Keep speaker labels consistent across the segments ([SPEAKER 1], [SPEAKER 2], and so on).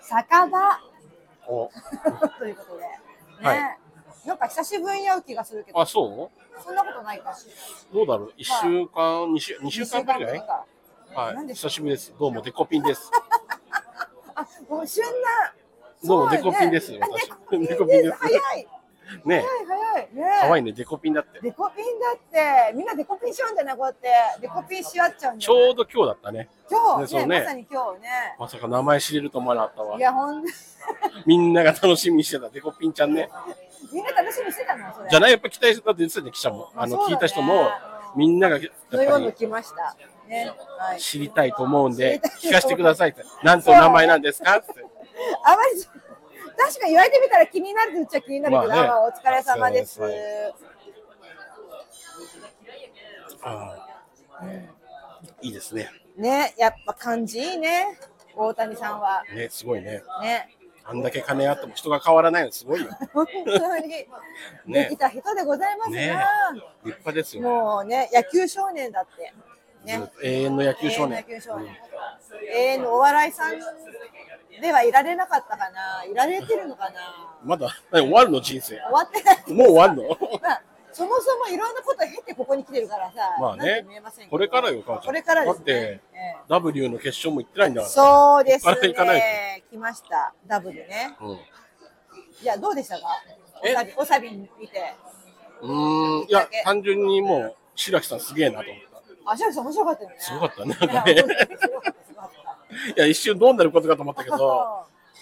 [SPEAKER 1] 酒場
[SPEAKER 2] お
[SPEAKER 1] ということで、ね、
[SPEAKER 2] はい
[SPEAKER 1] なんか久しぶりに会う気がするけど、
[SPEAKER 2] あ、そ
[SPEAKER 1] そんなことないか。
[SPEAKER 2] うどうだろう ?1 週間、2週、二週間くらい
[SPEAKER 1] 二
[SPEAKER 2] じゃない
[SPEAKER 1] ぶりか
[SPEAKER 2] は
[SPEAKER 1] 何
[SPEAKER 2] い。
[SPEAKER 1] でしょう
[SPEAKER 2] 久しぶりです。どうも、デコピンです。
[SPEAKER 1] あ、もう旬な。
[SPEAKER 2] ど
[SPEAKER 1] そう
[SPEAKER 2] うも
[SPEAKER 1] よね
[SPEAKER 2] デコピンです
[SPEAKER 1] あ
[SPEAKER 2] 私
[SPEAKER 1] デ
[SPEAKER 2] デ
[SPEAKER 1] コ
[SPEAKER 2] コ
[SPEAKER 1] ピ
[SPEAKER 2] ピ
[SPEAKER 1] ン
[SPEAKER 2] ン
[SPEAKER 1] で。
[SPEAKER 2] ですす
[SPEAKER 1] 早い。
[SPEAKER 2] ね
[SPEAKER 1] 早い、早い。ね
[SPEAKER 2] え、かわい
[SPEAKER 1] い。
[SPEAKER 2] いね、デコピンだって。
[SPEAKER 1] デコピンだって、みんなデコピンしようんじゃない、こうやって、デコピンし合っちゃうん
[SPEAKER 2] ち
[SPEAKER 1] じゃな
[SPEAKER 2] ょ。
[SPEAKER 1] いう
[SPEAKER 2] ど今日だったね。
[SPEAKER 1] 今
[SPEAKER 2] ね
[SPEAKER 1] 日ね
[SPEAKER 2] そうね
[SPEAKER 1] まさに今日ね。
[SPEAKER 2] まさか名前知れると思わなかったわ
[SPEAKER 1] い。や、ほん、
[SPEAKER 2] みんなが楽しみにしてたデコピンちゃんね。
[SPEAKER 1] みんな楽しみにしてたの、それ。
[SPEAKER 2] じゃないやっぱ期待してたって言ってたね、記者も。
[SPEAKER 1] まあ
[SPEAKER 2] あ
[SPEAKER 1] そ
[SPEAKER 2] の、
[SPEAKER 1] うだね
[SPEAKER 2] 聞いた人も、みんながやっ
[SPEAKER 1] 飲み
[SPEAKER 2] ぱ
[SPEAKER 1] 物
[SPEAKER 2] り
[SPEAKER 1] 来ました。ね、はい。
[SPEAKER 2] 知りたいと思うんで、
[SPEAKER 1] 知りた
[SPEAKER 2] 聞
[SPEAKER 1] いと
[SPEAKER 2] かせ
[SPEAKER 1] 思
[SPEAKER 2] て
[SPEAKER 1] う
[SPEAKER 2] くださいって。なんとお名前なんですかって。
[SPEAKER 1] あまり。確かに言われてみたら気になるっちゃ気になるけど、
[SPEAKER 2] まあね
[SPEAKER 1] あお疲れ様です。
[SPEAKER 2] はいあーいいですね。
[SPEAKER 1] ね、やっぱ感じいいね。大谷さんは。
[SPEAKER 2] ね、すごいね。
[SPEAKER 1] ね。
[SPEAKER 2] あんだけ金あっても人が変わらないのすごいよ。
[SPEAKER 1] 本当に。できた人でございます
[SPEAKER 2] ね
[SPEAKER 1] な。
[SPEAKER 2] 立派ですよ。
[SPEAKER 1] もうね、野球少年だって。
[SPEAKER 2] ずっ
[SPEAKER 1] ね。
[SPEAKER 2] と永遠の野球
[SPEAKER 1] 永
[SPEAKER 2] 少
[SPEAKER 1] 遠の野
[SPEAKER 2] 年。
[SPEAKER 1] 球少年。永遠のお笑いさん。ではいられなかったかな。いられてるのかな。
[SPEAKER 2] まだ、え終わるの人生。
[SPEAKER 1] 終わってない。
[SPEAKER 2] もう終わるの
[SPEAKER 1] まあ、そもそもいろんなこと経ってここに来てるからさ。
[SPEAKER 2] まあ
[SPEAKER 1] なん
[SPEAKER 2] ね
[SPEAKER 1] とも言えませんけ、ど
[SPEAKER 2] これからよ、母ちゃん。
[SPEAKER 1] これからです、ね。
[SPEAKER 2] だって、
[SPEAKER 1] ええ
[SPEAKER 2] W の決勝も行ってないんだから。
[SPEAKER 1] そうです
[SPEAKER 2] ここから行かない
[SPEAKER 1] ね。来ました。ダブルね。
[SPEAKER 2] うん
[SPEAKER 1] いや、どうでしたかお
[SPEAKER 2] え
[SPEAKER 1] さび、おさび見て。
[SPEAKER 2] うーん、いや、単純にもう、白木さんすげえなと思った。
[SPEAKER 1] あ、シャキさん面白かったよね。
[SPEAKER 2] すごかったね。
[SPEAKER 1] いや
[SPEAKER 2] なんか
[SPEAKER 1] 本当に
[SPEAKER 2] ね
[SPEAKER 1] すごかったすごかっ
[SPEAKER 2] いや、一瞬どうなることかと思ったけ
[SPEAKER 1] た
[SPEAKER 2] ど、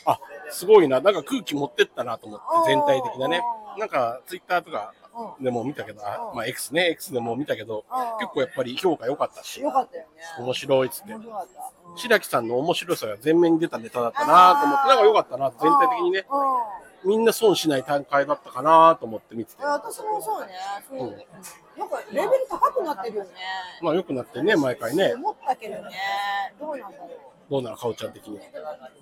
[SPEAKER 2] あ、すごいな。なんか空気持ってったなと思って、全体的なね
[SPEAKER 1] お。ー
[SPEAKER 2] なんか、ツイッターとか
[SPEAKER 1] う
[SPEAKER 2] でも見たけど、あ
[SPEAKER 1] うん
[SPEAKER 2] まあ、X ね、X でも見たけど
[SPEAKER 1] うん、
[SPEAKER 2] 結構やっぱり評価良かったし
[SPEAKER 1] ん。、よかったよね。
[SPEAKER 2] 面白いっつって
[SPEAKER 1] 面。白かった。うん
[SPEAKER 2] 白木さんの面白さが前面に出たネタだったなと思っ
[SPEAKER 1] あー
[SPEAKER 2] て、なんか良かったな、全体的にね。
[SPEAKER 1] うんうん
[SPEAKER 2] みんな損しない展開だったかなと思って見てて
[SPEAKER 1] いや。私もそうね。そう
[SPEAKER 2] うん
[SPEAKER 1] なんかレベル高くなってるよね。
[SPEAKER 2] まあ良くなってね、毎回ね。
[SPEAKER 1] 思ったけどね。どうなんだろ
[SPEAKER 2] どうなの、かおちゃん的には。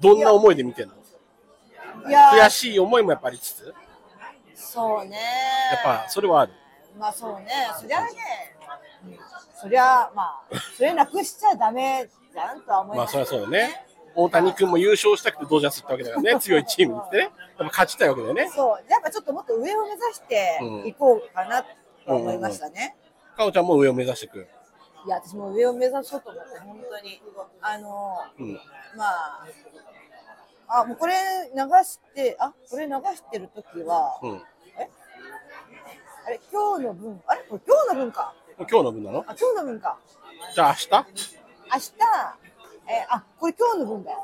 [SPEAKER 2] どんな思いで見てるの
[SPEAKER 1] う。いやー
[SPEAKER 2] 悔しい思いもやっぱりつつ、やっ
[SPEAKER 1] そうね。
[SPEAKER 2] ぱそれはある。
[SPEAKER 1] まあそうね、そりゃね、そりゃまあ、それなくしちゃダメじゃんとは思いま
[SPEAKER 2] まあ
[SPEAKER 1] す
[SPEAKER 2] そりゃそうだよね。大谷君も優勝したくてドジャース行ったわけだからね、強いチームに行ってね。やっぱ勝ちたいわけだよね。
[SPEAKER 1] そう、やっぱちょっともっと上を目指していこうかなと思いましたね。
[SPEAKER 2] かおちゃんも上を目指していく。
[SPEAKER 1] いや、私も上を目指そうと思って、本当に。あの、
[SPEAKER 2] うん。
[SPEAKER 1] まあ、あ、もうこれ流して、あ、これ流してる時は、
[SPEAKER 2] うん。も
[SPEAKER 1] あれ、今日の分、あれ、これ今日の分か。
[SPEAKER 2] う今日の分なの
[SPEAKER 1] あ、今日の分か。
[SPEAKER 2] じゃあ明日
[SPEAKER 1] 明日、え、あ、これ今日の分だよ。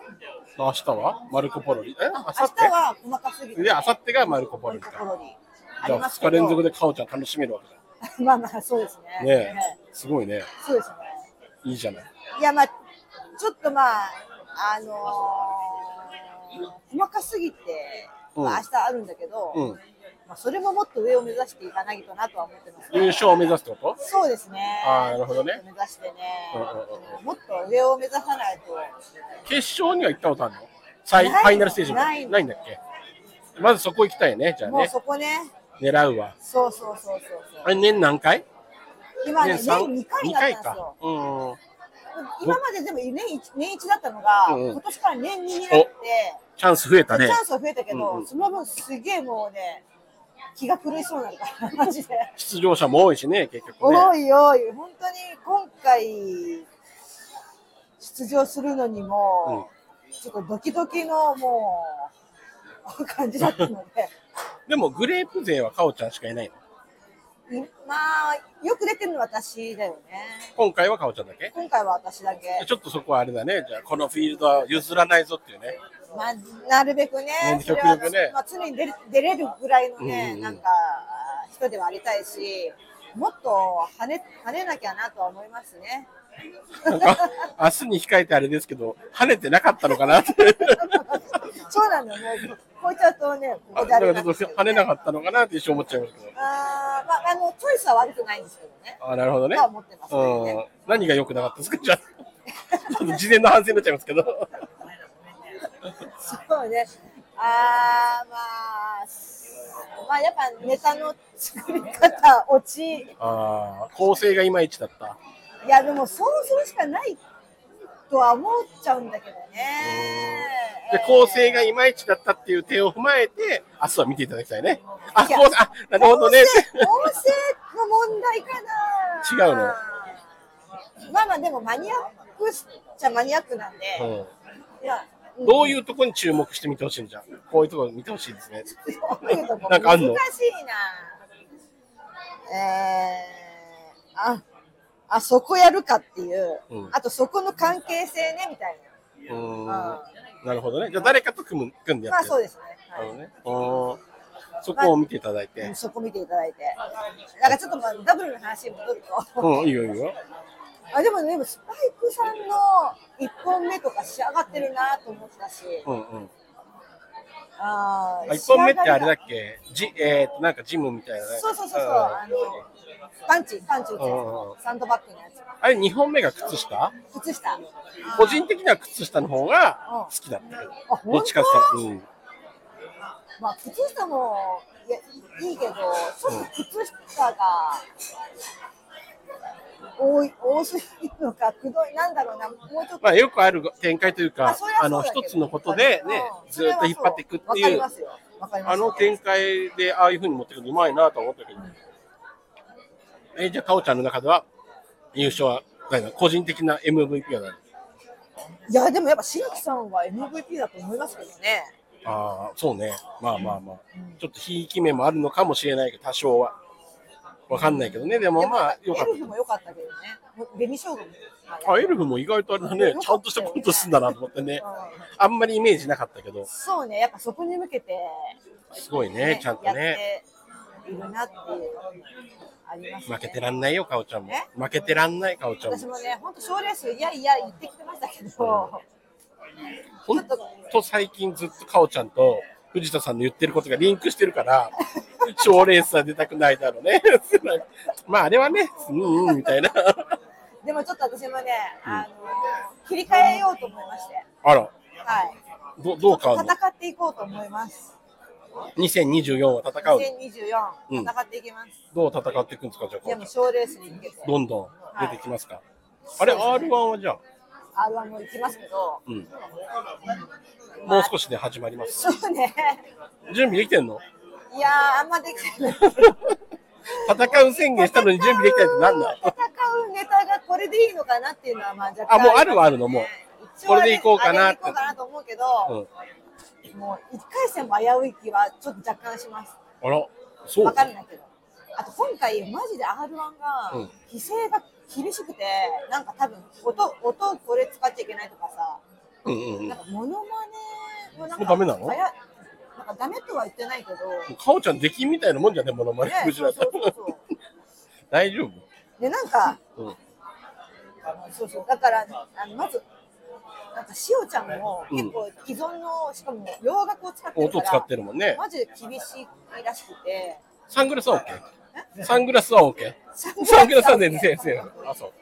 [SPEAKER 2] 明日はマルコポロリ。え
[SPEAKER 1] あ
[SPEAKER 2] 明
[SPEAKER 1] 明
[SPEAKER 2] 後
[SPEAKER 1] 日は細かすぎ
[SPEAKER 2] 日
[SPEAKER 1] て。
[SPEAKER 2] で、明後日がマルコポ
[SPEAKER 1] こう
[SPEAKER 2] ロ
[SPEAKER 1] いう
[SPEAKER 2] リ
[SPEAKER 1] と
[SPEAKER 2] か。
[SPEAKER 1] ころにあ
[SPEAKER 2] じ
[SPEAKER 1] り
[SPEAKER 2] ゃあ
[SPEAKER 1] ます
[SPEAKER 2] 2
[SPEAKER 1] けど
[SPEAKER 2] 日連続でかおちゃん楽しめるわけだ。
[SPEAKER 1] まあまあそうですね
[SPEAKER 2] ね
[SPEAKER 1] はい
[SPEAKER 2] え。すごいね。
[SPEAKER 1] そうですね
[SPEAKER 2] いいじゃない。
[SPEAKER 1] いやまあちょっとまああのー細かすぎて、
[SPEAKER 2] うん
[SPEAKER 1] まあ、明日あるんだけど、
[SPEAKER 2] うん。
[SPEAKER 1] まあ、それももっと上を目指していかないとなとは思ってます、
[SPEAKER 2] 優勝を目指すってこと
[SPEAKER 1] そうですね
[SPEAKER 2] あーなるほどね
[SPEAKER 1] ちょっと目指してね、
[SPEAKER 2] うんうんうん
[SPEAKER 1] もっと上を目指さないと
[SPEAKER 2] 決勝には行ったことあるのサイフ
[SPEAKER 1] ない
[SPEAKER 2] ァイナルステージも
[SPEAKER 1] ない
[SPEAKER 2] ないんだっけまずそこ行きたいね、じゃあ
[SPEAKER 1] もう
[SPEAKER 2] ね。
[SPEAKER 1] そこね
[SPEAKER 2] 狙うわ。
[SPEAKER 1] そうそうそうそうそう
[SPEAKER 2] あれ、年何回
[SPEAKER 1] 今ね
[SPEAKER 2] 年
[SPEAKER 1] 年
[SPEAKER 2] 三
[SPEAKER 1] 2回に
[SPEAKER 2] 二
[SPEAKER 1] なったん
[SPEAKER 2] 回
[SPEAKER 1] ですよ
[SPEAKER 2] か。うん。
[SPEAKER 1] 今まででも年 1, 年一だったのが、
[SPEAKER 2] うんうん
[SPEAKER 1] 今年から年2になって
[SPEAKER 2] チャンス増えた
[SPEAKER 1] チ
[SPEAKER 2] ね。
[SPEAKER 1] ャンスは増えたけど、
[SPEAKER 2] うんうん
[SPEAKER 1] その分すげえもうね気が狂いそうなるから マジで、
[SPEAKER 2] 出場者も多いしね、結局ね。
[SPEAKER 1] おいおい本当に今回出場するのにも、ちょっとドキドキのもう感じだったの
[SPEAKER 2] でも、グレープ勢はかおちゃんしかいないの。
[SPEAKER 1] でいまあよく出てるのは私だよね
[SPEAKER 2] 今回はかおちゃんだけ
[SPEAKER 1] 今回は私だけ、
[SPEAKER 2] ちょっとそこはあれだね。じゃあ、このフィールドは譲らないぞっていうね。
[SPEAKER 1] まあ、なるべくね
[SPEAKER 2] ね
[SPEAKER 1] それは
[SPEAKER 2] 極力ね
[SPEAKER 1] まあ、常に出れ出れるぐらいのね、
[SPEAKER 2] うんうん
[SPEAKER 1] なんか人ではありたいしもっと跳ね跳ねなきゃなとは思いますね。
[SPEAKER 2] なんか、明日に控えてあれですけど、跳ねてなかったのかなって。
[SPEAKER 1] そうなんだよ、もう、こういっちゃうとね、こ
[SPEAKER 2] あ
[SPEAKER 1] こ
[SPEAKER 2] だ
[SPEAKER 1] だ
[SPEAKER 2] か
[SPEAKER 1] れ
[SPEAKER 2] ら
[SPEAKER 1] な
[SPEAKER 2] ち
[SPEAKER 1] んで
[SPEAKER 2] ょっ
[SPEAKER 1] す
[SPEAKER 2] と
[SPEAKER 1] よね
[SPEAKER 2] 跳ねなかったのかなって一瞬思っちゃいますけど。
[SPEAKER 1] あーまあ、あの、チョイスは悪くないんですけどね。
[SPEAKER 2] あなるほどね
[SPEAKER 1] とは思ってますけどね
[SPEAKER 2] うん。何が良くなかったですかじゃあ。ちょっと事前の反省になっちゃいますけど。
[SPEAKER 1] そうね。あー、まあ、まあ、やっぱネタの作り方、落ち。
[SPEAKER 2] ああ、構成がいまいちだった。
[SPEAKER 1] いや、でも、そうするしかないとは思っちゃうんだけどね。え
[SPEAKER 2] で、構成がいまいちだったっていう点を踏まえて、明日は見ていただきたいね。あ、
[SPEAKER 1] いや
[SPEAKER 2] 構成、あ、なるほどね。
[SPEAKER 1] 構成構成の問題かな
[SPEAKER 2] 違うの
[SPEAKER 1] まあまあでもマニアックっちゃマニアックなんで、いや
[SPEAKER 2] うん、どういうとこに注目してみてほしいんじゃん。こういうところ見てほしいですね。
[SPEAKER 1] どういうとこ
[SPEAKER 2] なんかあんの
[SPEAKER 1] 難しいなえー、ああそこやるかっていう、
[SPEAKER 2] うん
[SPEAKER 1] あとそこの関係性ねみたいな
[SPEAKER 2] うーん。なるほどね。じゃあ誰かと組む、組んでや
[SPEAKER 1] ま
[SPEAKER 2] っ
[SPEAKER 1] あ
[SPEAKER 2] てる。
[SPEAKER 1] そうですね,は、
[SPEAKER 2] ないるほどね。うんそこを見ていただいて。
[SPEAKER 1] そこ見ていただいてなんかちょっとまあダブルの話に戻ると
[SPEAKER 2] うん、いいよいいよ。
[SPEAKER 1] あでもねでもスパイクさんの1本目とか仕上がってるなと思ったし、
[SPEAKER 2] うんうん。
[SPEAKER 1] あ
[SPEAKER 2] あ一本目ってあれだっ
[SPEAKER 1] け
[SPEAKER 2] けジ、えーっと、なんかジムみたいなね。
[SPEAKER 1] そうそうそうそう、
[SPEAKER 2] ん
[SPEAKER 1] あのパンチパンチ打つやつ
[SPEAKER 2] うんうん
[SPEAKER 1] サンドバッグのやつ
[SPEAKER 2] あれ、二本目が靴下
[SPEAKER 1] 靴下
[SPEAKER 2] 個人的には靴下の方が好きだったけど。
[SPEAKER 1] あ本当
[SPEAKER 2] どっちかって言ったら。
[SPEAKER 1] まあ靴下もいやいいけどちょっと靴下が多い多すぎるのかくどいなんだろうなもうちょっと、
[SPEAKER 2] まあ、よくある展開というか、
[SPEAKER 1] ま
[SPEAKER 2] あ
[SPEAKER 1] あそりゃそう
[SPEAKER 2] の、
[SPEAKER 1] だけど
[SPEAKER 2] 一つのことでね、
[SPEAKER 1] うん
[SPEAKER 2] ずっと引っ張っていくってい
[SPEAKER 1] わかり
[SPEAKER 2] う
[SPEAKER 1] ま、すよわかります
[SPEAKER 2] あ
[SPEAKER 1] よ
[SPEAKER 2] の展開でああいうふうに持ってくるのうまいなとは思ったけど。え、じゃあ、かおちゃんの中では、優勝は誰だ、個人的な MVP は誰
[SPEAKER 1] いやでもやっぱ白木さんは MVP だと思いますけどね
[SPEAKER 2] ああ、そうね。まあまあまあ。ちょっとひいき目もあるのかもしれないけど、多少は。わかんないけどね。でもまあ、
[SPEAKER 1] で
[SPEAKER 2] よ
[SPEAKER 1] も
[SPEAKER 2] かっ
[SPEAKER 1] エルフも良かったけどね紅生姜も
[SPEAKER 2] た。あ、エルフも意外とあれだね。ちゃんとしたことすんだなと思ってね。
[SPEAKER 1] うん
[SPEAKER 2] あんまりイメージなかったけど、
[SPEAKER 1] そうね、やっぱそこに向けて、
[SPEAKER 2] すごいね、ちゃんと
[SPEAKER 1] や
[SPEAKER 2] ね。
[SPEAKER 1] っているなっていう、ありますね。
[SPEAKER 2] 負けてらんないよ、かおちゃんも。負けてらんない、かおちゃんも
[SPEAKER 1] 私。もね、本当賞レース、いやいや言ってきてましたけど、ちょ
[SPEAKER 2] ほんと最近ずっとかおちゃんと藤田さんの言ってることがリンクしてるから、 賞レースは出たくないだろうね。 まああれはね、うんうんみたいな。
[SPEAKER 1] でもちょっと私もね、あの切り替えようと思いまして、
[SPEAKER 2] あら、
[SPEAKER 1] はい、
[SPEAKER 2] どどう変わるの
[SPEAKER 1] 戦っていこうと思います。
[SPEAKER 2] ?2024 は戦うのうん
[SPEAKER 1] 2024、戦っていきます。
[SPEAKER 2] どう戦っていくんですかじゃ
[SPEAKER 1] いや
[SPEAKER 2] あ
[SPEAKER 1] も
[SPEAKER 2] こ
[SPEAKER 1] う賞レースに向けて、
[SPEAKER 2] う、どんどん出てきますか、あれ、R1 はじゃあ、
[SPEAKER 1] R1 も行きますけど、
[SPEAKER 2] うん。もう少しで始まります。
[SPEAKER 1] そうね、
[SPEAKER 2] 準備できてんの
[SPEAKER 1] いやー、あんまできてない。
[SPEAKER 2] 戦う宣言したのに準備できてないってなんだ
[SPEAKER 1] 戦うネタがこれでいいのかなっていうのはまあ若干
[SPEAKER 2] あもうあるはあるのもう
[SPEAKER 1] 一応あれ
[SPEAKER 2] これでいこうかなって
[SPEAKER 1] あれでいこうかなと思うけ
[SPEAKER 2] う
[SPEAKER 1] ど、
[SPEAKER 2] ん。
[SPEAKER 1] もう一回戦も危うい気はちょっと若干します
[SPEAKER 2] あら、そう。
[SPEAKER 1] わかんないけどあと今回マジで R1
[SPEAKER 2] う
[SPEAKER 1] が
[SPEAKER 2] ん
[SPEAKER 1] 規制が厳しくてなんか多分音音をこれ使っちゃいけないとかさ
[SPEAKER 2] うんうんうん。
[SPEAKER 1] なん
[SPEAKER 2] も
[SPEAKER 1] かモノマネもなんか
[SPEAKER 2] もうダメなの
[SPEAKER 1] はやなんかダメとは言ってないけど
[SPEAKER 2] うかおちゃん出禁みたいなもんじゃね、ものまね
[SPEAKER 1] ね。
[SPEAKER 2] 藤
[SPEAKER 1] そう
[SPEAKER 2] 田
[SPEAKER 1] そ
[SPEAKER 2] さ。
[SPEAKER 1] うそうんそ
[SPEAKER 2] 大丈夫
[SPEAKER 1] うでなんか
[SPEAKER 2] うん。
[SPEAKER 1] そうそうだからあのまずなんかしおちゃんも結構既存の、しかも洋楽を使ってるから
[SPEAKER 2] 音使ってるもんね。
[SPEAKER 1] マジで厳しいらしくて
[SPEAKER 2] サングラスは OK。サングラスは OK。
[SPEAKER 1] サ
[SPEAKER 2] サングラスは全然セーフセーフあ、そう。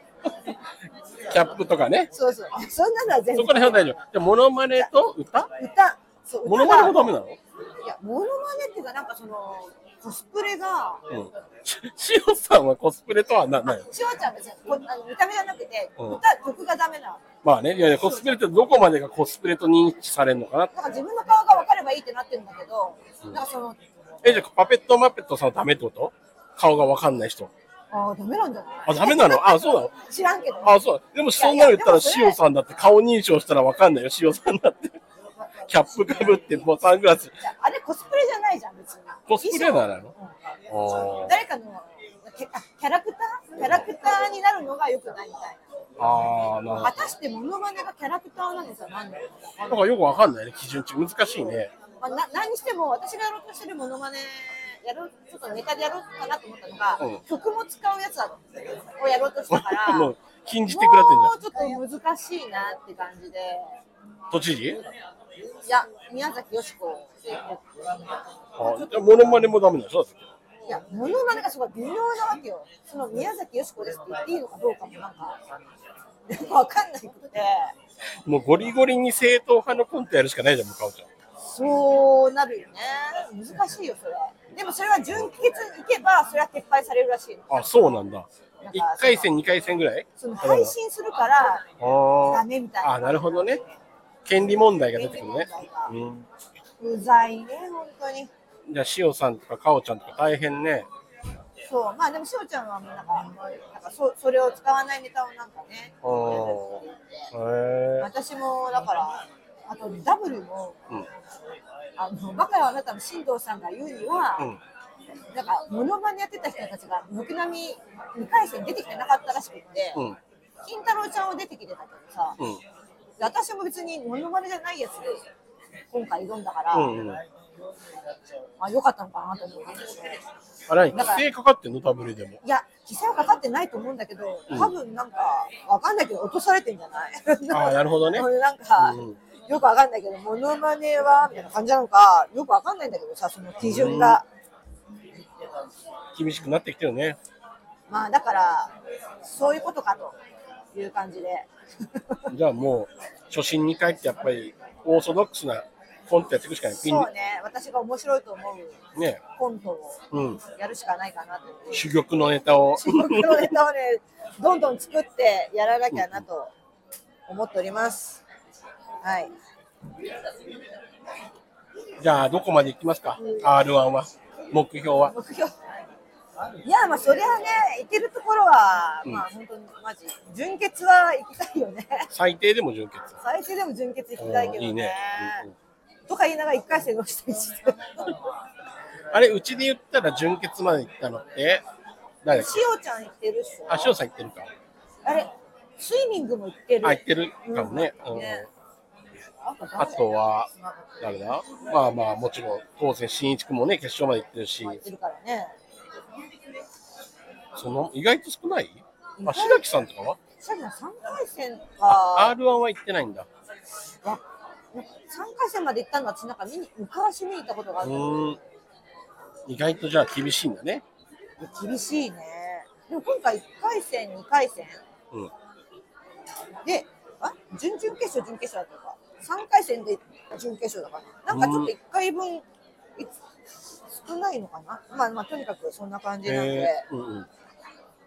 [SPEAKER 2] キャップとかね。
[SPEAKER 1] そうそうそんなのは全
[SPEAKER 2] そ
[SPEAKER 1] 然
[SPEAKER 2] こら辺は大丈夫。じゃあ、モノマネと歌
[SPEAKER 1] 歌そう
[SPEAKER 2] モノマネもダメ
[SPEAKER 1] な
[SPEAKER 2] なの
[SPEAKER 1] いやモノマネっていうかなんかそのコスプレが
[SPEAKER 2] うん。ししおさんはコスプレとはな、ない。
[SPEAKER 1] しおちゃんは別にこあの見た目じゃなくて、
[SPEAKER 2] うん
[SPEAKER 1] 歌曲がダメなの
[SPEAKER 2] まあね、いやいや、コスプレってどこまでがコスプレと認知されるのか
[SPEAKER 1] な
[SPEAKER 2] な
[SPEAKER 1] んか自分の顔が分かればいいってなってるんだけど、なんかその
[SPEAKER 2] え、じゃあ、パペットマペットさんはダメってこと顔がわかんない人。
[SPEAKER 1] あーダメなんじゃない
[SPEAKER 2] あ、ダメなのあ、そうなの
[SPEAKER 1] 知らんけど
[SPEAKER 2] あ、そう。でも、そんなの言った
[SPEAKER 1] いやいやで
[SPEAKER 2] ら、
[SPEAKER 1] もそ
[SPEAKER 2] し
[SPEAKER 1] れ
[SPEAKER 2] おさんだって顔認証したらわかんないよ、しおさんだって。キャップかぶって、もうサングラス。
[SPEAKER 1] じゃああれコスプレじゃないじゃん別に
[SPEAKER 2] コスプレなの
[SPEAKER 1] うん
[SPEAKER 2] あ
[SPEAKER 1] 誰かのキャあキャラクターキャラクターになるのが良くないみたい
[SPEAKER 2] ーあー、なる
[SPEAKER 1] な
[SPEAKER 2] ほ
[SPEAKER 1] 果たしてモノマネがキャラクターなんですよ何で、
[SPEAKER 2] ど。なんかよくわかんないね、基準値。難しいね。
[SPEAKER 1] まあ、な何にしても私がやろうとしてるモノマネやろうちょっとネタでやろうかなと思ったのが、
[SPEAKER 2] うん
[SPEAKER 1] 曲も使うやつだをやろうとしたから
[SPEAKER 2] もう、禁じてくれてん
[SPEAKER 1] もう
[SPEAKER 2] じ
[SPEAKER 1] ちょっと難しいなって感じで
[SPEAKER 2] ゃん。都知事
[SPEAKER 1] いや宮崎美子
[SPEAKER 2] あじゃあモノマネもダメなんでしょだって
[SPEAKER 1] いや、モノマネがすごい微妙なわけよ。その宮崎美子ですって言っていいのかどうかもなんか、よくわかんなくて、
[SPEAKER 2] もうゴリゴリに正統派のコントやるしかないじゃん、もうかおちゃん。
[SPEAKER 1] そうなるよね。難しいよ、それ。でもそれは準決に行けば、それは撤廃されるらしいの。
[SPEAKER 2] あ、そうなんだ。
[SPEAKER 1] なんか
[SPEAKER 2] 1回戦、2回戦ぐらい
[SPEAKER 1] その配信するから、
[SPEAKER 2] あー
[SPEAKER 1] ダメみたいな
[SPEAKER 2] あ、なるほどね。権利問題が出てくるね。うん。
[SPEAKER 1] うざいね、本当に。
[SPEAKER 2] じゃあ、しおさんとかかおちゃんとか大変ね。
[SPEAKER 1] そう、まあでも、しおちゃんはもうなんか、なんかそそれを使わないネタをなんかね、
[SPEAKER 2] うん。へえ。
[SPEAKER 1] 私もだから、あとダブルも、
[SPEAKER 2] うん。
[SPEAKER 1] あのバカはあなたの進藤さんが言うには、
[SPEAKER 2] うん。
[SPEAKER 1] なんか、モノマネやってた人たちが、軒並み2回戦出てきてなかったらしくって、
[SPEAKER 2] うん。
[SPEAKER 1] 金太郎ちゃんは出てきてたけどさ、
[SPEAKER 2] うん。
[SPEAKER 1] で私も別にモノマネじゃないやつで、今回挑んだから、
[SPEAKER 2] うん。うん。
[SPEAKER 1] まあ良かったのかなと思うんですけど。
[SPEAKER 2] あれ、規制かかってんのダブルでも。
[SPEAKER 1] いや、規制はかかってないと思うんだけど、多分なんか、わかんないけど、落とされてんじゃない
[SPEAKER 2] ああ、なるほどね。
[SPEAKER 1] なんか、
[SPEAKER 2] うん
[SPEAKER 1] よくわかんないけど、モノマネは、みたいな感じなのか、よくわかんないんだけどさ、その基準が。
[SPEAKER 2] 厳しくなってきてるね。
[SPEAKER 1] まあ、だから、そういうことかという感じで。
[SPEAKER 2] じゃあもう、初心に帰ってやっぱり、オーソドックスなコントやっていくしかない。ピン
[SPEAKER 1] そうね、私が面白いと思う
[SPEAKER 2] ね。
[SPEAKER 1] コントを
[SPEAKER 2] うん。
[SPEAKER 1] やるしかないかなと。
[SPEAKER 2] 珠玉のネタを。
[SPEAKER 1] 中国のネタをね、どんどん作ってやらなきゃなと思っております。はい。
[SPEAKER 2] じゃあ、どこまで行きますか ?R1 は。目標は。
[SPEAKER 1] 目標いやまあそりゃね行けるところは、
[SPEAKER 2] うん
[SPEAKER 1] まあ本当にマジ純潔は行きたいよね
[SPEAKER 2] 最低でも純潔。
[SPEAKER 1] 最低でも純潔行きたいけどね
[SPEAKER 2] いいね。うんうん
[SPEAKER 1] とか言いながら一回戦落ちたりして
[SPEAKER 2] あれ、うちで言ったら純潔まで行ったのって、誰 だっ
[SPEAKER 1] し
[SPEAKER 2] け
[SPEAKER 1] おちゃん行ってるっしょ
[SPEAKER 2] あ、しおさん行ってるか。
[SPEAKER 1] あれスイミングも行ってる
[SPEAKER 2] あ、行ってるかもね。
[SPEAKER 1] うん
[SPEAKER 2] うん
[SPEAKER 1] ねあ
[SPEAKER 2] あとは、誰だまあまあ、もちろん、当然、新一君もね、決勝まで行ってるし
[SPEAKER 1] 行、ってるからね
[SPEAKER 2] その、意外と少ない
[SPEAKER 1] 意外
[SPEAKER 2] あ、白木さんとかは
[SPEAKER 1] シャミは3回戦
[SPEAKER 2] あ
[SPEAKER 1] か
[SPEAKER 2] ?R1 は行ってないんだ。
[SPEAKER 1] わ3回戦まで行ったのは私なんか見に昔見に行ったことがあ
[SPEAKER 2] う
[SPEAKER 1] る
[SPEAKER 2] ーん。意外とじゃあ厳しいんだね。
[SPEAKER 1] 厳しいねでも今回1回戦2回戦
[SPEAKER 2] うん。
[SPEAKER 1] で、あ準々決勝、準決勝だったのか、3回戦で準決勝だから、なんかちょっと1回分、い少ないのかな、まあまあ、とにかくそんな感じなんで、
[SPEAKER 2] えー、うんうん。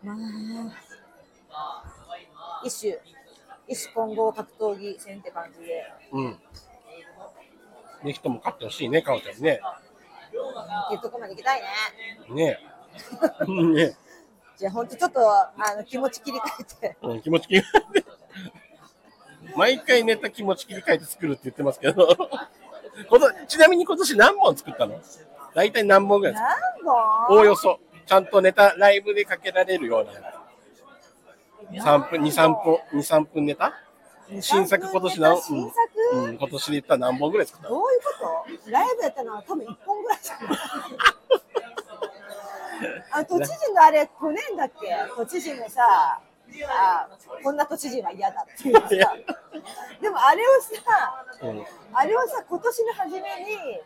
[SPEAKER 1] まあ、一種、一種混合格闘技戦って感じで、
[SPEAKER 2] うん。ぜひとも勝ってほしいね、かおちゃんにね。
[SPEAKER 1] っていうとこまで行きたいね。
[SPEAKER 2] ね え。ね
[SPEAKER 1] じゃあ、ほんとちょっとあの気持ち切り替えて、
[SPEAKER 2] え。うん、気持ち切り替えて。毎回ネタ気持ち切り替えて作るって言ってますけど。ことちなみに今年何本作ったの大体何本ぐらい作っ
[SPEAKER 1] 何
[SPEAKER 2] たおお
[SPEAKER 1] 本
[SPEAKER 2] よそ。ちゃんとネタ、ライブでかけられるようなやつ。3分、2、3分、2、3分ネタ新作今年何、
[SPEAKER 1] 新作、
[SPEAKER 2] うんうん、今年で言ったら何本ぐらい作った
[SPEAKER 1] どういうことライブやったのは多分1本ぐらいしか ない。あ都知事のあれ、去年だっけ都知事のさ、あこんな都知事は嫌だっていうさ。
[SPEAKER 2] いや
[SPEAKER 1] でもあれをさ、
[SPEAKER 2] の
[SPEAKER 1] あれをさ、今年の初め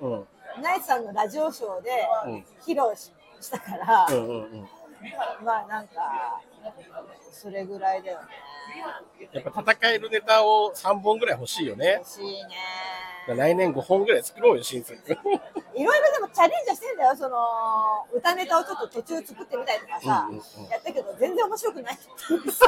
[SPEAKER 2] うん。うん。
[SPEAKER 1] に、ナイツさんのラジオショーで
[SPEAKER 2] うん
[SPEAKER 1] 披露ししたから、
[SPEAKER 2] うんうんうん。
[SPEAKER 1] まあなんか、それぐらいだよね。
[SPEAKER 2] やっぱ戦えるネタを3本ぐらい欲しいよね。
[SPEAKER 1] 欲しいね。
[SPEAKER 2] 来年5本ぐらい作ろうよ、新 作。
[SPEAKER 1] いろいろでもチャレンジはしてんだよ、その歌ネタをちょっと途中作ってみたりとかさ、
[SPEAKER 2] うんうんうん
[SPEAKER 1] やったけど、全然面白くないっていう さ、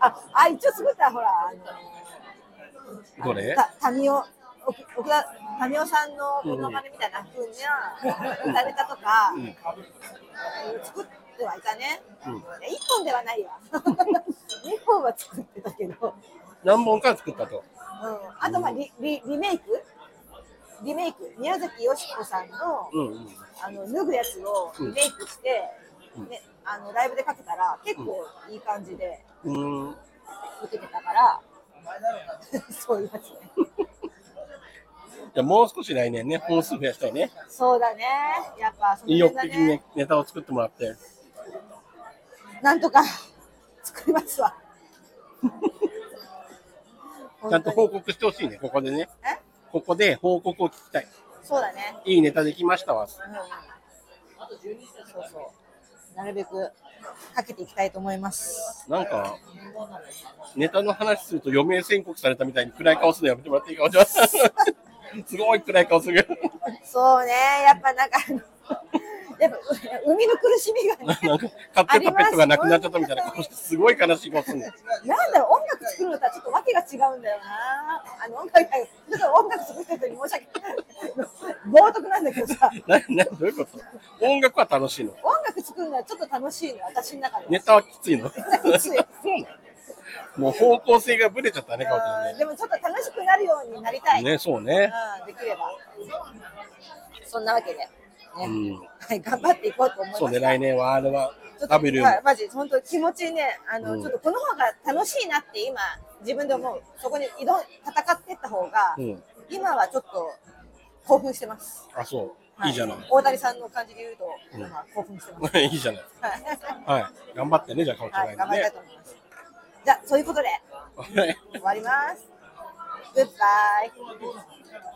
[SPEAKER 1] ああ一応作った、ほら、あの
[SPEAKER 2] どれ
[SPEAKER 1] た民生奥奥田民生さんのものまねみたいな風には、歌ネタとか、
[SPEAKER 2] ん
[SPEAKER 1] 作ってはいたね、
[SPEAKER 2] うん
[SPEAKER 1] いや一本ではないわ、 二本は作ってたけど。
[SPEAKER 2] 何本か作ったと。
[SPEAKER 1] うんあとまあリリリメイクリメイク宮崎美子さんの,、
[SPEAKER 2] うんうん。
[SPEAKER 1] あの脱ぐやつをリメイクして、ね、あのライブでかけたら結構いい感じで
[SPEAKER 2] うーん。
[SPEAKER 1] 受けてたから、 そういうやつ ね
[SPEAKER 2] じゃあもう少し来年ね、本数増やしたいね。
[SPEAKER 1] そうだねやっぱその
[SPEAKER 2] 意
[SPEAKER 1] 辺
[SPEAKER 2] 欲
[SPEAKER 1] だ
[SPEAKER 2] 的に
[SPEAKER 1] ね
[SPEAKER 2] ねネタを作ってもらって。
[SPEAKER 1] なんとか 作りますわ
[SPEAKER 2] ちゃんと報
[SPEAKER 1] 本
[SPEAKER 2] 告してほしいね、ここでね。
[SPEAKER 1] 当にえ
[SPEAKER 2] ここで報告を聞きたい。
[SPEAKER 1] そうだね
[SPEAKER 2] いいネタできましたわ。
[SPEAKER 1] うんそうそうなるべくかけていきたいと思います
[SPEAKER 2] なんか、ネタの話すると余命宣告されたみたいに暗い顔するのやめてもらっていいかもしれませ ん。すごい暗い顔する。
[SPEAKER 1] そうね、やっぱなんか、 やっぱう海の苦しみがね、
[SPEAKER 2] なんか、買ってたペットが亡くなっちゃったみたいな顔して、すごい悲しい顔するんだよ。
[SPEAKER 1] なんだろう、音楽作るのとはちょっと訳が違うんだよな。あの音楽、ちょっと音楽作ってる人に申し訳ない。冒涜なんだけどさ、
[SPEAKER 2] な、な、どういうこと音楽は楽しいの
[SPEAKER 1] 音楽作るのはちょっと楽しいの、私の中では。
[SPEAKER 2] ネタはきついの
[SPEAKER 1] きつい
[SPEAKER 2] もう方向性がブレちゃったね、かおちゃん
[SPEAKER 1] うん
[SPEAKER 2] ね。
[SPEAKER 1] でもちょっと楽しくなるようになりたい。
[SPEAKER 2] ね、そうね。
[SPEAKER 1] うん、できれば。そんなわけで、ね
[SPEAKER 2] うん
[SPEAKER 1] はい、頑張っていこうと思います。
[SPEAKER 2] そうね、来年は R1
[SPEAKER 1] ちょっと
[SPEAKER 2] W も
[SPEAKER 1] はいマジ本当気持ちねあの、
[SPEAKER 2] うん
[SPEAKER 1] ちょっとこの方が楽しいなって今自分で思うそこに挑ん戦ってった方が、
[SPEAKER 2] うん
[SPEAKER 1] 今はちょっと興奮してます、
[SPEAKER 2] あ、そ
[SPEAKER 1] は
[SPEAKER 2] う。いいじゃない。
[SPEAKER 1] 大谷さんの感じで言うと、
[SPEAKER 2] うん
[SPEAKER 1] 今興奮してます
[SPEAKER 2] いいじゃない。 はい。頑張ってね、じゃあ、かおちゃ
[SPEAKER 1] はい、
[SPEAKER 2] ん
[SPEAKER 1] 頑
[SPEAKER 2] 来
[SPEAKER 1] 張りたい
[SPEAKER 2] 年
[SPEAKER 1] と思いますじゃあそういうことで
[SPEAKER 2] ね。
[SPEAKER 1] 終わりますグッバイ